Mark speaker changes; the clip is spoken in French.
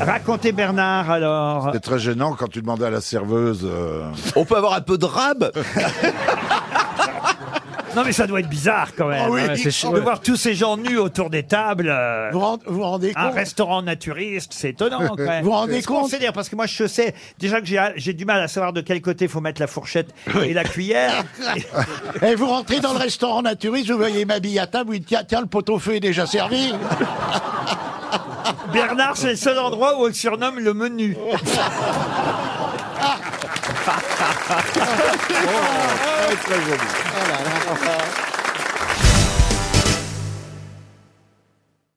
Speaker 1: Racontez Bernard alors.
Speaker 2: C'est très gênant quand tu demandais à la serveuse. euh,
Speaker 3: On peut avoir un peu de rab
Speaker 1: Non mais ça doit être bizarre quand même.
Speaker 4: Ah oui,
Speaker 1: hein.
Speaker 4: ouais, c'est
Speaker 1: de
Speaker 4: chou-
Speaker 1: voir tous ces gens nus autour des tables. euh,
Speaker 4: Vous rend- vous rendez
Speaker 1: Un
Speaker 4: compte
Speaker 1: restaurant naturiste, c'est étonnant. Quand même.
Speaker 4: Vous vous rendez
Speaker 1: Je
Speaker 4: compte
Speaker 1: considère, parce que moi je sais déjà que j'ai j'ai du mal à savoir de quel côté faut mettre la fourchette et la cuillère.
Speaker 4: Et vous rentrez dans le restaurant naturiste, vous voyez ma bille à table, vous dites tiens, tiens, le pot-au-feu est déjà servi.
Speaker 1: Bernard, c'est le seul endroit où on le surnomme le menu.
Speaker 2: très joli.